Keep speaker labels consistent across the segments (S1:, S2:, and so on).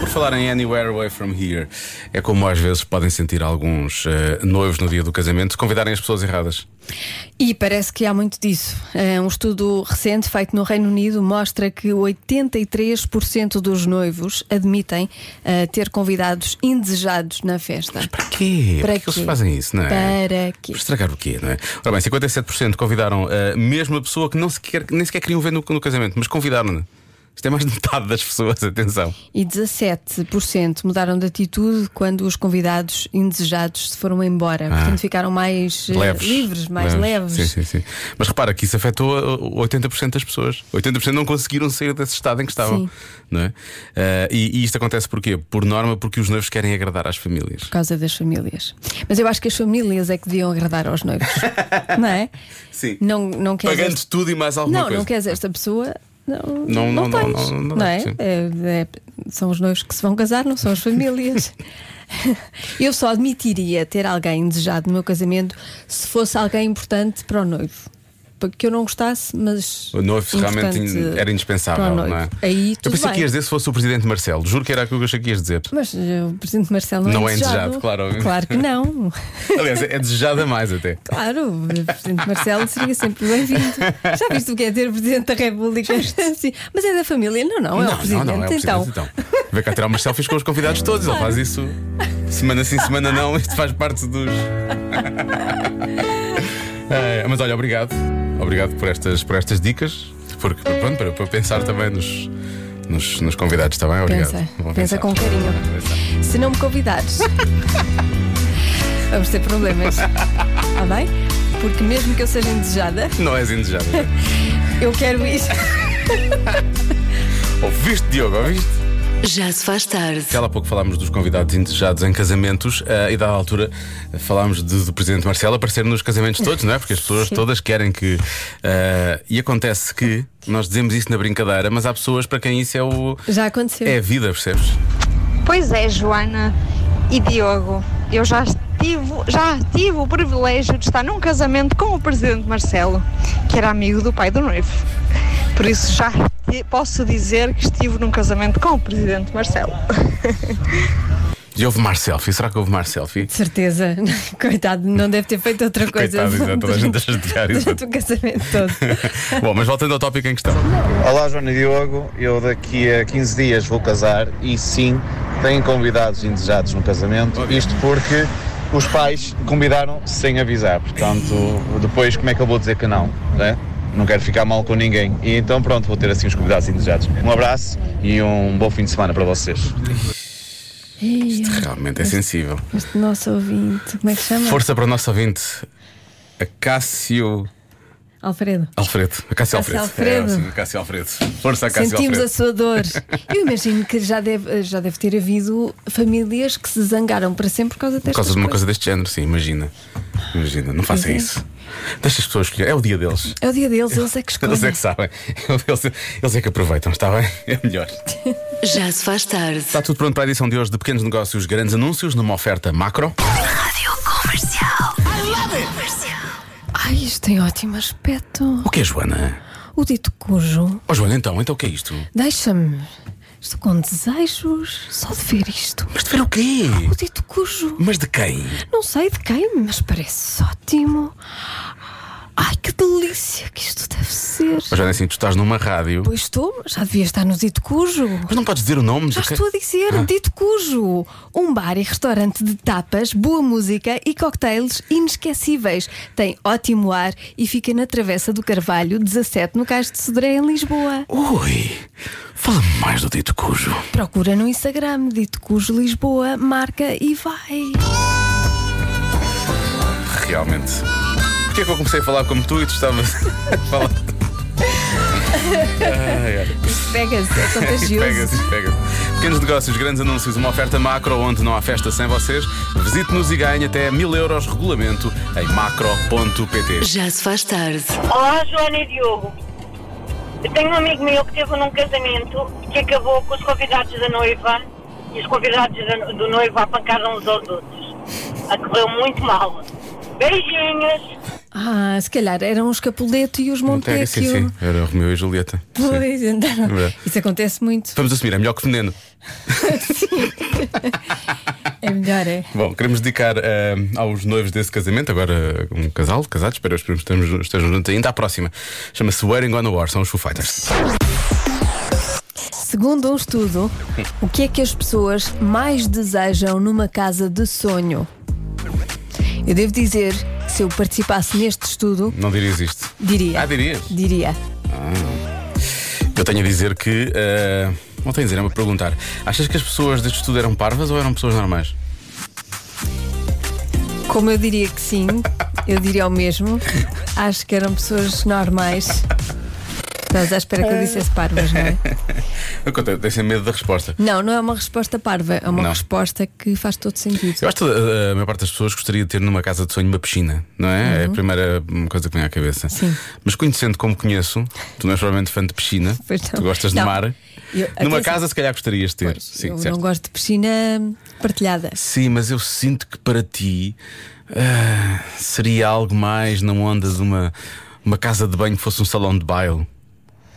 S1: Por falar em Anywhere Away From Here, é como às vezes podem sentir alguns eh, noivos no dia do casamento se convidarem as pessoas erradas.
S2: E parece que há muito disso. Eh, Um estudo recente feito no Reino Unido mostra que 83% dos noivos admitem eh, ter convidados indesejados na festa.
S1: Para quê?
S2: Para
S1: que eles
S2: quê?
S1: fazem isso, não é?
S2: Para quê?
S1: Por Estragar o quê, não é? Ora bem, 57% convidaram eh, a mesma pessoa que não sequer, nem sequer queriam ver no, no casamento, mas convidaram-na. Isto é mais de metade das pessoas, atenção.
S2: E 17% mudaram de atitude quando os convidados indesejados se foram embora. Portanto, ficaram mais eh,
S1: Ah. leves.
S2: livres, mais leves.
S1: Sim, sim, sim. Mas repara que isso afetou uh, 80% das pessoas. 80% não conseguiram sair desse estado em que estavam.
S2: Sim.
S1: Não é? Ah, e, e isto acontece porquê? Por norma, porque os noivos querem agradar às famílias.
S2: Por causa das famílias. Mas eu acho que as famílias é que deviam agradar aos noivos. não é?
S1: Sim.
S2: Não, não queres
S1: Pagando
S2: este-
S1: tudo e mais alguma
S2: Não,
S1: coisa.
S2: não queres esta pessoa. Não,
S1: Não, não, não,
S2: tens,
S1: não, não, não,
S2: é?
S1: sim.
S2: É- é- São os noivos que se vão casar, não são as famílias. Eu só admitiria ter alguém indesejado no meu casamento se fosse alguém importante para o noivo. Porque eu não gostasse, mas.
S1: O noivo realmente
S2: importante
S1: in- era indispensável,
S2: para o
S1: não
S2: noivo.
S1: é?
S2: Aí tudo
S1: eu pensei
S2: bem.
S1: que ias dizer se fosse o presidente Marcelo. Juro que era aquilo que eu achei que ias dizer.
S2: Mas eh, o presidente Marcelo não,
S1: Não é
S2: é
S1: indesejado, claro, obviamente.
S2: Claro que não.
S1: Aliás, é desejada mais até.
S2: Claro, o Presidente Marcelo seria sempre bem-vindo. Já viste o que é ter Presidente da República? Sim. Mas é da família? Não, não, é o
S1: não,
S2: Presidente.
S1: não, é o presidente,
S2: então.
S1: então. Vem cá tirar umas selfies com os convidados todos. Ele faz isso semana sim, semana não. Isto faz parte dos. É, mas olha, obrigado. Obrigado por estas, por estas dicas. Porque, pronto, para, para pensar também nos, nos, nos convidados, está bem? Obrigado.
S2: Pensa,
S1: Vou
S2: pensa
S1: pensar.
S2: com carinho.
S1: Vou pensar.
S2: Se não me convidares, vamos ter problemas. Está bem? Porque mesmo que eu seja indesejada,
S1: Não és indesejado.
S2: eu quero ir.
S1: Ouviste, Diogo, ouviste?
S3: Já se faz tarde.
S1: Aquela há pouco falámos dos convidados indesejados em casamentos eh, e, da altura, eh, falámos de- do Presidente Marcelo aparecer nos casamentos todos, não é? Porque as pessoas todas querem que. eh, e acontece que nós dizemos isso na brincadeira, mas há pessoas para quem isso é o.
S2: Já aconteceu.
S1: É a vida, percebes?
S4: Pois é, Joana e Diogo, eu já tive, já tive o privilégio de estar num casamento com o presidente Marcelo, que era amigo do pai do noivo. Por isso já te- posso dizer que estive num casamento com o presidente Marcelo.
S1: E houve Mar Selfie, será que houve Mar Selfie?
S2: De certeza. Coitado, não deve ter feito outra coisa.
S1: Coitado, exato, toda a gente a chatear, exato.
S2: Durante o casamento todo.
S1: Bom, mas voltando ao tópico em questão.
S5: Olá, Joana e Diogo. Eu daqui a 15 dias vou casar e sim, tenho convidados indesejados no casamento. Isto porque os pais convidaram sem avisar. Portanto, depois como é que eu vou dizer que não? Né? Não quero ficar mal com ninguém. E então pronto, vou ter assim os convidados indesejados. Um abraço e um bom fim de semana para vocês.
S2: Ei,
S1: Realmente é sensível.
S2: Este nosso ouvinte, como é que se chama?
S1: Força para o nosso ouvinte, Acácio
S2: Alfredo.
S1: Alfredo. Acácio
S2: Acácio
S1: Alfredo.
S2: Alfredo.
S1: É, sim, Acácio Alfredo. Força, Acácio
S2: Sentimos a
S1: Alfredo.
S2: sua dor. Eu imagino que já deve, já deve ter havido famílias que se zangaram para sempre por causa
S1: Por
S2: destas
S1: causa de uma coisa
S2: coisas.
S1: deste género, sim, imagina. Imagina, não faça
S2: Pois é.
S1: isso. Deixa as pessoas escolher. É o dia deles.
S2: É o dia deles, eles é que escolhem.
S1: Eles é que sabem. Eles, eles é que aproveitam, está bem? É melhor.
S3: Já se faz tarde.
S1: Está tudo pronto para a edição de hoje de Pequenos Negócios, Grandes Anúncios, numa oferta macro.
S3: Rádio Comercial. I love it.
S2: Ai, isto tem ótimo aspecto.
S1: O que é, Joana?
S2: O dito cujo,
S1: Oh, Joana, então, então o que é isto?
S2: deixa-me. Estou com desejos só de ver isto.
S1: Mas de ver o quê?
S2: O dito cujo,
S1: Mas de quem?
S2: não sei de quem, mas parece ótimo. Ai, que delícia que isto deve ser.
S1: Oh, Joana, assim, tu estás numa rádio.
S2: Pois estou, mas já devia estar no dito cujo.
S1: Mas não podes dizer o nome?
S2: Já
S1: do quê?
S2: estou a dizer,
S1: Ah.
S2: dito cujo. Um bar e restaurante de tapas, boa música e cocktails inesquecíveis. Tem ótimo ar e fica na Travessa do Carvalho, 17, no Cais de Sodré, em Lisboa.
S1: Ui, fala-me mais do dito cujo.
S2: Procura no Instagram, dito cujo Lisboa, marca e vai.
S1: Realmente. Porquê é que eu comecei a falar como tu e tu estavas a falar?
S2: Pega-se, é
S1: Pega-se,
S2: contagioso.
S1: pega-se. Pequenos negócios, grandes anúncios, uma oferta macro onde não há festa sem vocês. Visite-nos e ganhe até mil euros regulamento em macro.pt.
S3: Já se faz tarde.
S6: Olá, Joana e Diogo. Eu tenho um amigo meu que teve num casamento que acabou com os convidados da noiva e os convidados da- do noivo a pancar uns aos outros. Acorreu muito mal. Beijinhos.
S2: Ah, se calhar eram os Capuleto e os Montecchio.
S1: Sim, sim, era Romeu e Julieta. Sim. É
S2: Pois, então,
S1: Verdade.
S2: isso acontece muito.
S1: Vamos assumir, é melhor que veneno.
S2: É melhor, é.
S1: Bom, queremos dedicar eh, aos noivos desse casamento, agora um casal, casados, espero que estejam estejam juntos ainda. À próxima, chama-se Wearing on a War, são os Foo Fighters.
S2: Segundo um estudo, o que é que as pessoas mais desejam numa casa de sonho? Eu devo dizer que se eu participasse neste estudo,
S1: Não dirias isto?
S2: diria.
S1: Ah, dirias?
S2: Diria.
S1: Eu tenho a dizer que. eh, não tenho a dizer, é-me a perguntar. Achas que as pessoas deste estudo eram parvas ou eram pessoas normais?
S2: Como eu diria que sim, eu diria o mesmo. Acho que eram pessoas normais. Estás à espera que eu dissesse parvas, não é?
S1: Eu conto- Tenho sempre medo da resposta.
S2: Não, não é uma resposta parva, é uma
S1: Não.
S2: resposta que faz todo sentido.
S1: Eu acho que eh, a maior parte das pessoas gostaria de ter numa casa de sonho uma piscina, não é? É a primeira hum, coisa que vem à cabeça.
S2: Uhum. Sim.
S1: Mas conhecendo como conheço, tu não és provavelmente fã de piscina,
S2: Pois não.
S1: tu gostas de
S2: Não.
S1: mar.
S2: Eu-
S1: numa
S2: atenção.
S1: casa, se calhar gostarias de ter.
S2: Pois,
S1: Sim,
S2: eu
S1: certo.
S2: não gosto de piscina partilhada.
S1: Sim, mas eu sinto que para ti ah, seria algo mais na onda de uma, uma casa de banho que fosse um salão de baile.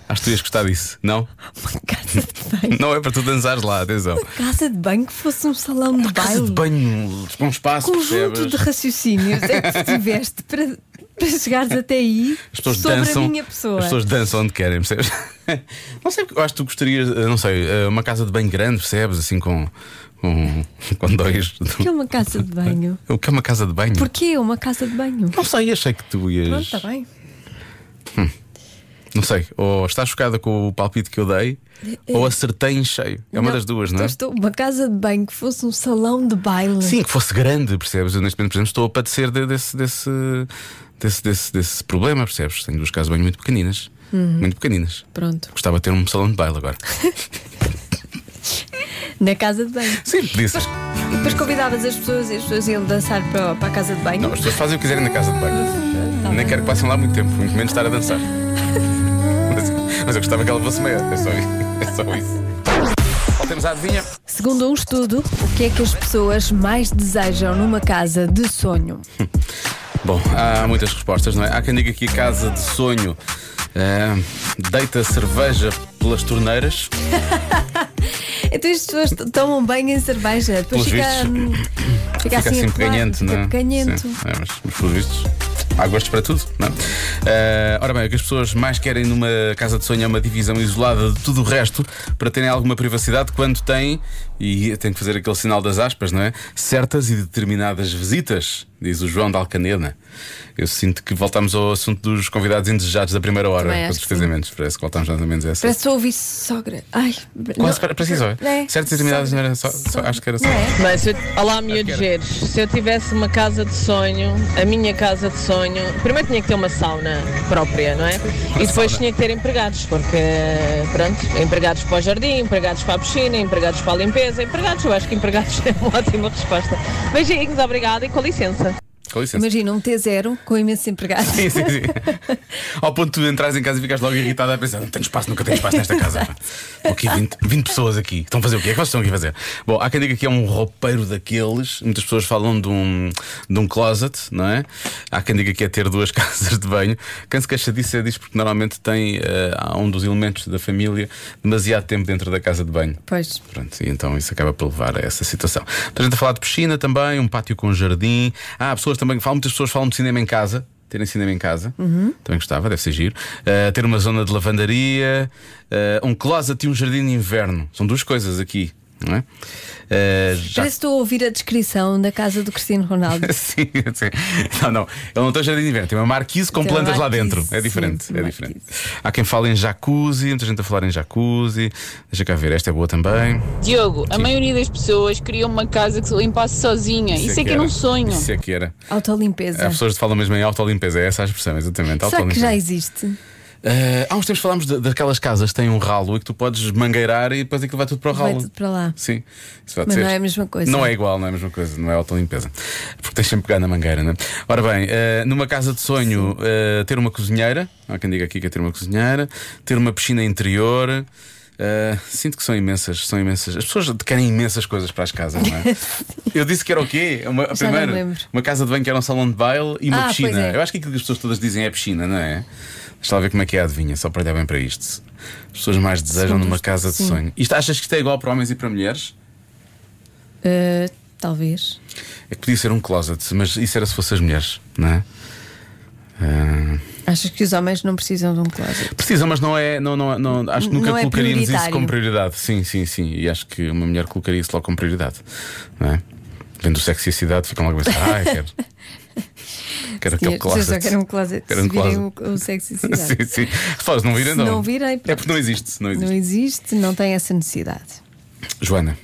S1: Acho que tu ias gostar disso, não?
S2: Uma casa de banho.
S1: Não é para tu dançares lá, atenção.
S2: Casa de banho que fosse um salão de
S1: É Casa de
S2: baile.
S1: banho, com espaço,
S2: Conjunto
S1: percebes?
S2: de raciocínios é que tu tiveste para, para chegares até aí
S1: As pessoas
S2: sobre
S1: dançam.
S2: a minha pessoa.
S1: As pessoas dançam onde querem, percebes? Não sei, eu acho que tu gostarias, eh, não sei, eh, uma casa de banho grande, percebes? Assim com, com, com dois.
S2: Porquê é uma casa de banho?
S1: O que é uma casa de banho?
S2: Porquê uma casa de banho?
S1: Não sei, achei que tu ias.
S2: Pronto, está bem.
S1: Não sei, ou estás chocada com o palpite que eu dei, ou acertei em cheio. É uma das duas, não é?
S2: Eh, então Estou, uma casa de banho que fosse um salão de baile.
S1: Sim, que fosse grande, percebes? Eu neste momento, por exemplo, estou a padecer de- desse, desse, desse, desse, desse problema, percebes? Tenho duas casas de banho muito pequeninas.
S2: Uhum.
S1: Muito pequeninas.
S2: Pronto,
S1: Gostava de ter um salão de baile agora.
S2: na casa de banho.
S1: Sim, disse.
S2: E depois convidavas as pessoas e as pessoas iam dançar para, para a casa de banho. Tá
S1: Não, eh, as pessoas fazem o que quiserem na casa de banho. Nem quero que passem lá muito tempo, muito menos estar a dançar. Mas, mas eu gostava que ela fosse maior. É só, i- é só isso. Voltemos à adivinha.
S2: Segundo um estudo, o que é que as pessoas mais desejam numa casa de sonho?
S1: Bom, há muitas respostas, não é? Há quem diga que a casa de sonho eh, deita cerveja pelas torneiras.
S2: Então as pessoas t- tomam banho em cerveja, depois
S1: Pelos
S2: fica,
S1: vistos,
S2: hum, fica,
S1: Fica assim
S2: acolado,
S1: peganhento,
S2: fica
S1: não é?
S2: peganhento.
S1: Sim, é, mas, mas pelos vistos. Há gostos para tudo, não é? Eh, ora bem, o que as pessoas mais querem numa casa de sonho é uma divisão isolada de tudo o resto para terem alguma privacidade quando têm, e tem que fazer aquele sinal das aspas, não é? Certas e determinadas visitas, diz o João de Alcanena. Eu sinto que voltamos ao assunto dos convidados indesejados da primeira hora,
S2: Também
S1: com
S2: acho
S1: os
S2: que sim.
S1: casamentos. Parece que voltamos mais ou menos a essa.
S2: Parece que ouvi sogra. Ai,
S1: Quase para preciso, é?
S2: É.
S1: Certas e determinadas não era só, só- acho que era só.
S7: Bem, se eu, olá, miúdos. Se eu tivesse uma casa de sonho, a minha casa de sonho, primeiro tinha que ter uma sauna própria, não é? E depois tinha que ter empregados, porque, pronto, empregados para o jardim, empregados para a piscina, empregados para a limpeza, empregados, eu acho que empregados é uma ótima resposta. Beijinhos, obrigada e com licença.
S1: Com licença.
S2: Imagina um T0 com imensos empregados.
S1: Sim, sim, sim. Ao ponto de tu entrares em casa e ficas logo irritada a pensar: não tenho espaço, nunca tenho espaço nesta casa. Pá. Ok, 20, 20 pessoas aqui. Estão a fazer o quê? O que é que vocês estão aqui a fazer? Bom, há quem diga que é um roupeiro daqueles. Muitas pessoas falam de um, de um closet, não é? Há quem diga que é ter duas casas de banho. Quem se queixa disso é disso porque normalmente tem eh, há um dos elementos da família demasiado tempo dentro da casa de banho.
S2: Pois.
S1: Pronto, e então isso acaba por levar a essa situação. Estamos a gente a falar de piscina também, um pátio com jardim. Ah, há pessoas também que falam, muitas pessoas falam de cinema em casa. Terem cinema em casa,
S2: Uhum.
S1: também gostava, deve ser giro. Ah, ter uma zona de lavandaria, ah, um closet e um jardim de inverno. São duas coisas aqui, não é? Ah, já-
S2: Parece que estou a ouvir a descrição da casa do Cristiano Ronaldo.
S1: Sim, sim. Não, não. Ele não tem jardim de inverno, tem uma marquise com
S2: Tem uma
S1: plantas lá
S2: marquise,
S1: dentro. É
S2: sim,
S1: diferente,
S2: uma
S1: é diferente.
S2: marquise.
S1: Há quem fale em jacuzzi, muita gente a falar em jacuzzi. Deixa cá ver, esta é boa também.
S8: Diogo, a maioria das pessoas queria uma casa que se limpasse sozinha. Isso, é que era um
S1: era.
S8: sonho.
S1: Isso é que era.
S2: Autolimpeza.
S1: As pessoas falam mesmo em autolimpeza, é essa a expressão, exatamente.
S2: Será que
S1: autolimpeza.
S2: já existe?
S1: Ah, há uns tempos falámos da- daquelas casas que têm um ralo e que tu podes mangueirar e depois aquilo vai tudo para o
S2: Vai
S1: ralo.
S2: tudo para lá.
S1: Sim, isso pode
S2: Mas
S1: ser.
S2: não é a mesma coisa.
S1: Não é igual, não é a mesma coisa, não é autolimpeza. Porque tens sempre que pegar na mangueira, não é? Ora bem, ah, numa casa de sonho, ah, ter uma cozinheira, há quem diga aqui que é ter uma cozinheira, ter uma piscina interior. ah, sinto que são imensas, são imensas. As pessoas querem imensas coisas para as casas, não é? Eu disse que era o quê? É Uma, a
S2: Já não
S1: primeira,
S2: lembro.
S1: uma casa de banho que era um salão de baile e uma
S2: Ah,
S1: piscina.
S2: pois é.
S1: Eu acho que aquilo que as pessoas todas dizem é piscina, não é? Deixa lá ver como é que é a adivinha, só para olhar bem para isto. As pessoas mais desejam
S2: Segundo
S1: numa
S2: isto,
S1: casa de
S2: sim.
S1: sonho. Isto, achas que isto é igual para homens e para mulheres?
S2: Ah, talvez.
S1: É que podia ser um closet, mas isso era se fossem as mulheres, não é? Ah,
S2: Achas que os homens não precisam de um closet?
S1: precisa, mas não é. Não, não, não, acho que nunca
S2: Não é
S1: colocaríamos isso
S2: prioritário.
S1: como prioridade. Sim, sim, sim. E acho que uma mulher colocaria isso logo como prioridade, não é? Vendo o sexo e a cidade, ficam logo a pensar, ah, eu quero. Quero aquele closet.
S2: Vocês só querem um closet.
S1: Quero um
S2: se virem
S1: closet.
S2: o, o sexo e cidade.
S1: sim, sim. Faz, não virem,
S2: Se
S1: não.
S2: não virem,
S1: É porque não existe. Não existe.
S2: Não existe, não tem essa necessidade.
S1: Joana,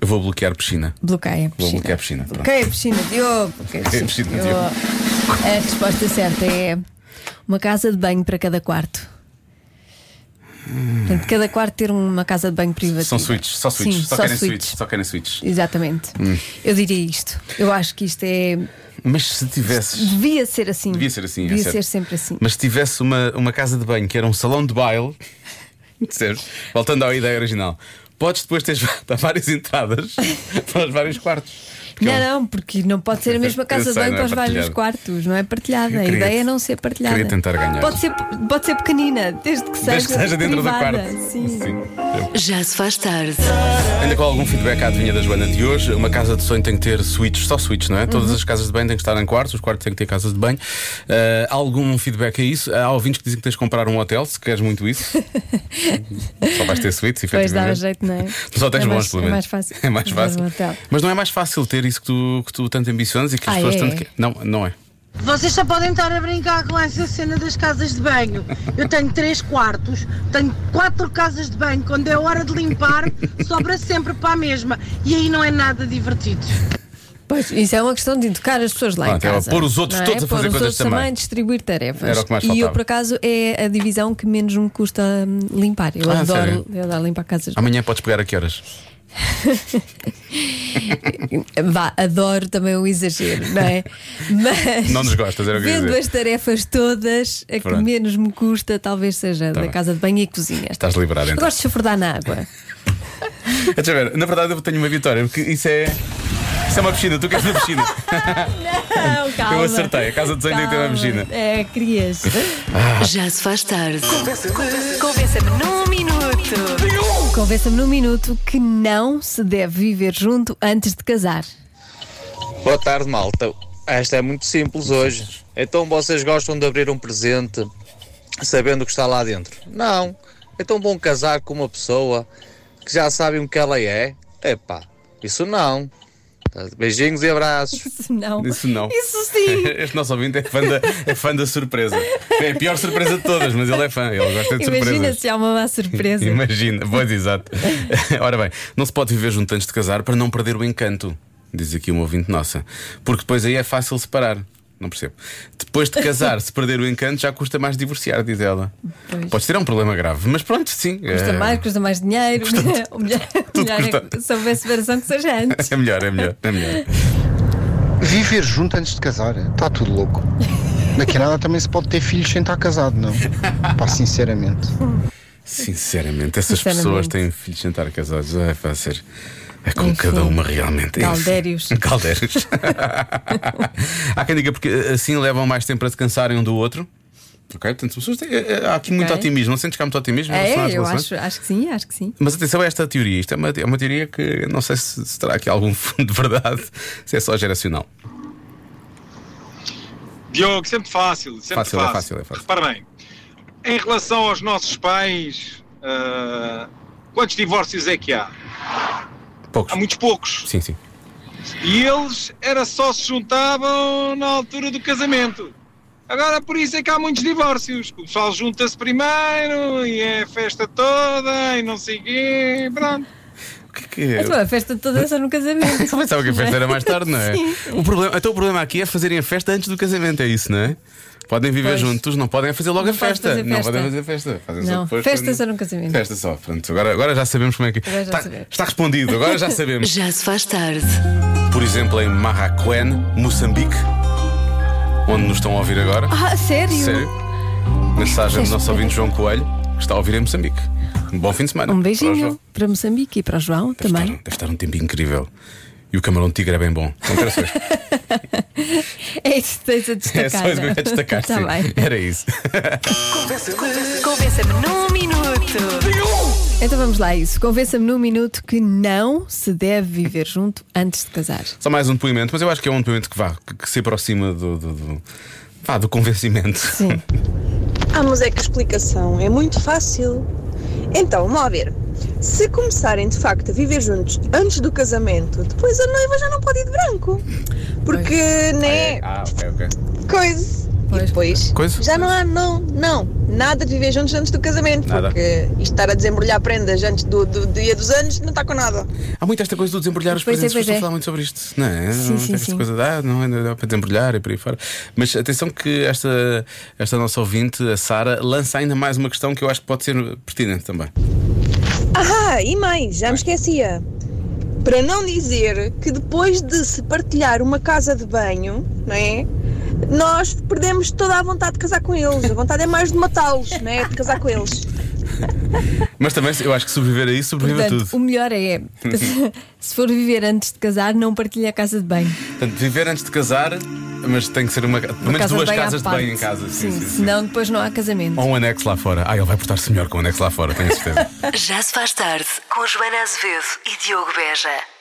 S1: eu vou bloquear piscina.
S2: Bloqueia a piscina.
S1: bloquear a piscina, pronto.
S2: Bloqueia a piscina, Diogo. Bloqueia
S1: Bloqueia a piscina,
S2: A resposta certa é uma casa de banho para cada quarto. Portanto, cada quarto ter uma casa de banho privada.
S1: Hum. São switches, só switches.
S2: Sim,
S1: só,
S2: só
S1: querem Hum.
S2: switches.
S1: switches. Só querem switches.
S2: Exatamente. Eu diria isto. Eu acho que isto é.
S1: Mas se tivesses.
S2: Devia ser assim.
S1: Devia ser assim, é
S2: Devia
S1: certo.
S2: ser sempre assim.
S1: Mas se tivesse uma, uma casa de banho que era um salão de baile, percebes? Voltando à ideia original, podes depois ter várias entradas para os vários quartos. Porque
S2: Não,
S1: eu-
S2: não, porque não pode ser a mesma
S1: Eu
S2: casa de
S1: sei,
S2: banho
S1: não é
S2: para os vários
S1: partilhado.
S2: quartos, não é partilhada.
S1: Eu
S2: A
S1: queria-
S2: ideia é não ser partilhada. Ah,
S1: queria tentar ganhar.
S2: Pode ser, pode ser pequenina, desde que seja,
S1: Desde que seja dentro
S2: privada.
S1: do quarto.
S2: Sim.
S3: Já se faz tarde.
S1: Ainda com algum feedback à adivinha da Joana de hoje, uma casa de sonho tem que ter suítes, só suítes, não é? Todas
S2: Uhum.
S1: as casas de banho têm que estar em quartos, os quartos têm que ter casas de banho. Ah, algum feedback a isso? Há ouvintes que dizem que tens de comprar um hotel, se queres muito isso. só vais ter suítes,
S2: Pois
S1: efetivamente.
S2: dá jeito, não é?
S1: Tu Só tens
S2: é
S1: bons,
S2: mais,
S1: pelo
S2: É
S1: menos.
S2: mais fácil.
S1: É mais fácil.
S2: Um hotel.
S1: Mas não é mais fácil ter isso que tu, que tu tanto ambicionas e que as
S2: Ah,
S1: pessoas
S2: é?
S1: tanto que... Não, não é.
S9: Vocês só podem estar a brincar com essa cena das casas de banho. Eu tenho três quartos, tenho quatro casas de banho. Quando é hora de limpar, sobra sempre para a mesma. E aí não é nada divertido.
S2: Pois, isso é uma questão de educar as pessoas lá
S1: Pronto,
S2: em
S1: é
S2: casa.
S1: pôr os outros
S2: não
S1: todos a
S2: Pôr
S1: fazer
S2: os
S1: coisas
S2: outros também.
S1: também.
S2: distribuir tarefas.
S1: Era o que mais
S2: e eu,
S1: faltava.
S2: por acaso, é a divisão que menos me custa hum, limpar. Eu
S1: Ah,
S2: adoro,
S1: sério?
S2: eu adoro limpar casas.
S1: Amanhã podes pegar a que horas?
S2: Vá, adoro também o exagero, não é? Mas.
S1: Não nos gostas, era o que eu ia
S2: Vendo
S1: dizer.
S2: as tarefas todas, a que
S1: Pronto. Tá
S2: menos me custa talvez seja da
S1: bem.
S2: casa de banho e cozinha.
S1: Estás liberado
S2: Eu
S1: então.
S2: gosto de chafurdar na água.
S1: Deixa eu ver, na verdade eu tenho uma vitória, porque isso é. Isso é uma piscina, tu queres uma piscina.
S2: Não, Então calma.
S1: acertei, a casa de desenho tem que ter uma
S2: Calma.
S1: piscina.
S2: É, querias.
S3: Já se faz tarde. Convença-me
S2: Um
S3: num minuto.
S2: Convença-me num minuto que não se deve viver junto antes de casar.
S10: Boa tarde, malta. Esta é muito simples hoje. Então vocês gostam de abrir um presente sabendo o que está lá dentro? Não. Então vão casar com uma pessoa que já sabem o que ela é? Epá, isso não. Beijinhos e abraços.
S2: Isso não.
S1: Isso não.
S2: Isso sim.
S1: Este nosso ouvinte é fã, da, é fã da surpresa. É a pior surpresa de todas, mas ele é fã, ele gosta de
S2: Imagina
S1: surpresas.
S2: se há uma má surpresa.
S1: Imagina, pois exato. Ora bem, não se pode viver junto antes de casar para não perder o encanto, diz aqui uma ouvinte nossa. Porque depois aí é fácil separar. Não percebo. Depois de casar, se perder o encanto, já custa mais divorciar, diz ela.
S2: Pois.
S1: Pode ser um problema grave, mas pronto, sim.
S2: Custa
S1: é...
S2: mais, custa mais dinheiro. o melhor, o melhor é
S1: custa.
S2: que se houvesse separação que seja antes.
S1: É melhor, é melhor, é melhor.
S11: Viver junto antes de casar, está tudo louco. Na Canadá também se pode ter filhos sem estar casado, não? Pá, sinceramente.
S1: Sinceramente, essas
S2: Sinceramente.
S1: pessoas têm filhos sem estar casados. É para ser. É com
S2: Enfim.
S1: cada uma realmente. Enfim.
S2: Caldérios.
S1: Caldérios. há quem diga porque assim levam mais tempo a se cansarem um do outro. Ok, portanto, as pessoas têm, eh, há aqui muito
S2: Ok.
S1: otimismo. Não sentes que há muito otimismo? em relação às
S2: É, eu
S1: relações?
S2: acho, acho que sim, acho que sim.
S1: Mas atenção a esta teoria. Isto é uma, é uma teoria que eu não sei se, se terá aqui algum fundo de verdade, se é só geracional.
S12: Diogo, sempre fácil, sempre
S1: Fácil,
S12: fácil.
S1: é fácil, é fácil.
S12: Repara bem, em relação aos nossos pais, ah, quantos divórcios é que há?
S1: Poucos.
S12: Há muitos poucos.
S1: Sim, sim.
S12: E eles era só se juntavam na altura do casamento. Agora por isso é que há muitos divórcios. O pessoal junta-se primeiro e é a festa toda e não sei o quê. Pronto.
S1: O que é que é?
S2: Mas, bom, a festa toda é só no casamento.
S1: Eu pensava que a festa era mais tarde, não é?
S2: Sim.
S1: O problema, então o problema aqui é fazerem a festa antes do casamento, é isso, não é? Podem viver
S13: Pois.
S1: juntos, não podem fazer logo
S13: Não
S1: a
S13: pode
S1: festa.
S13: fazer
S1: Não
S13: festa.
S1: podem fazer festa. Fazem só
S13: Não,
S1: depois
S13: festa
S1: quando-
S13: só num casamento.
S1: Festa só, pronto. Agora, agora já sabemos como é que.
S13: Agora já
S1: Está-
S13: sabemos.
S1: está respondido, agora já sabemos.
S3: Já se faz tarde.
S1: Por exemplo, em Marraquém, Moçambique, onde nos estão a ouvir agora.
S2: Ah, sério?
S1: Sério? Mensagem do nosso ouvinte João Coelho, que está a ouvir em Moçambique. Um bom fim de semana.
S2: Um
S1: Para o João.
S2: beijinho para Moçambique e para o João também.
S1: Deve estar um tempo incrível. E o camarão tigre é bem bom. Não quero saber.
S2: É isso que tens a
S1: É
S2: destacar.
S1: só isso que eu quero destacar.
S2: Está
S1: sim.
S2: bem.
S1: Era isso.
S3: Convença-me num minuto.
S2: Então vamos lá a isso. Convença-me num minuto que não se deve viver junto antes de casar.
S1: Só mais um depoimento, mas eu acho que é um depoimento que vá, que, que se aproxima do, do, do, vá, do convencimento. Sim.
S14: Ah, mas é que a explicação é muito fácil. Então, vamos lá ver. Se começarem de facto a viver juntos antes do casamento, depois a noiva já não pode ir de branco. Porque, né?
S1: Ah, ok, ok.
S14: Coisa. E depois
S1: Coisa?
S14: já não há, não, não, nada de viver juntos antes do casamento.
S1: Nada.
S14: Porque isto estar a desembrulhar prendas antes do, do dia dos anos não está com nada.
S1: Há muito esta coisa do desembrulhar os
S14: Pois é,
S1: presentes,
S14: pois
S1: estou a
S14: é.
S1: falar muito sobre isto. Não é?
S14: Sim,
S1: não
S14: sim,
S1: tem esta
S14: sim.
S1: coisa de, ah, não, não dá para desembrulhar e por aí fora. Mas atenção que esta, esta nossa ouvinte, a Sara, lança ainda mais uma questão que eu acho que pode ser pertinente também.
S14: Ah, e mais, já me esquecia. Para não dizer que depois de se partilhar uma casa de banho, não é? Nós perdemos toda a vontade de casar com eles. A vontade é mais de matá-los, não é? De casar com eles.
S1: Mas também eu acho que sobreviver a isso sobrevive a
S2: Portanto,
S1: tudo.
S2: o melhor é se for viver antes de casar, não partilhe a casa de banho.
S1: Portanto, viver antes de casar, mas tem que ser uma. Pelo
S2: Uma
S1: menos
S2: casa de
S1: duas
S2: banho à
S1: casas de
S2: parte.
S1: banho em casa. Sim, sim, sim.
S2: Senão depois não há casamento.
S1: Ou um anexo lá fora. Ah, ele vai portar-se melhor com um anexo lá fora, tenho a certeza.
S3: Já se faz tarde com Joana Azevedo e Diogo Beja.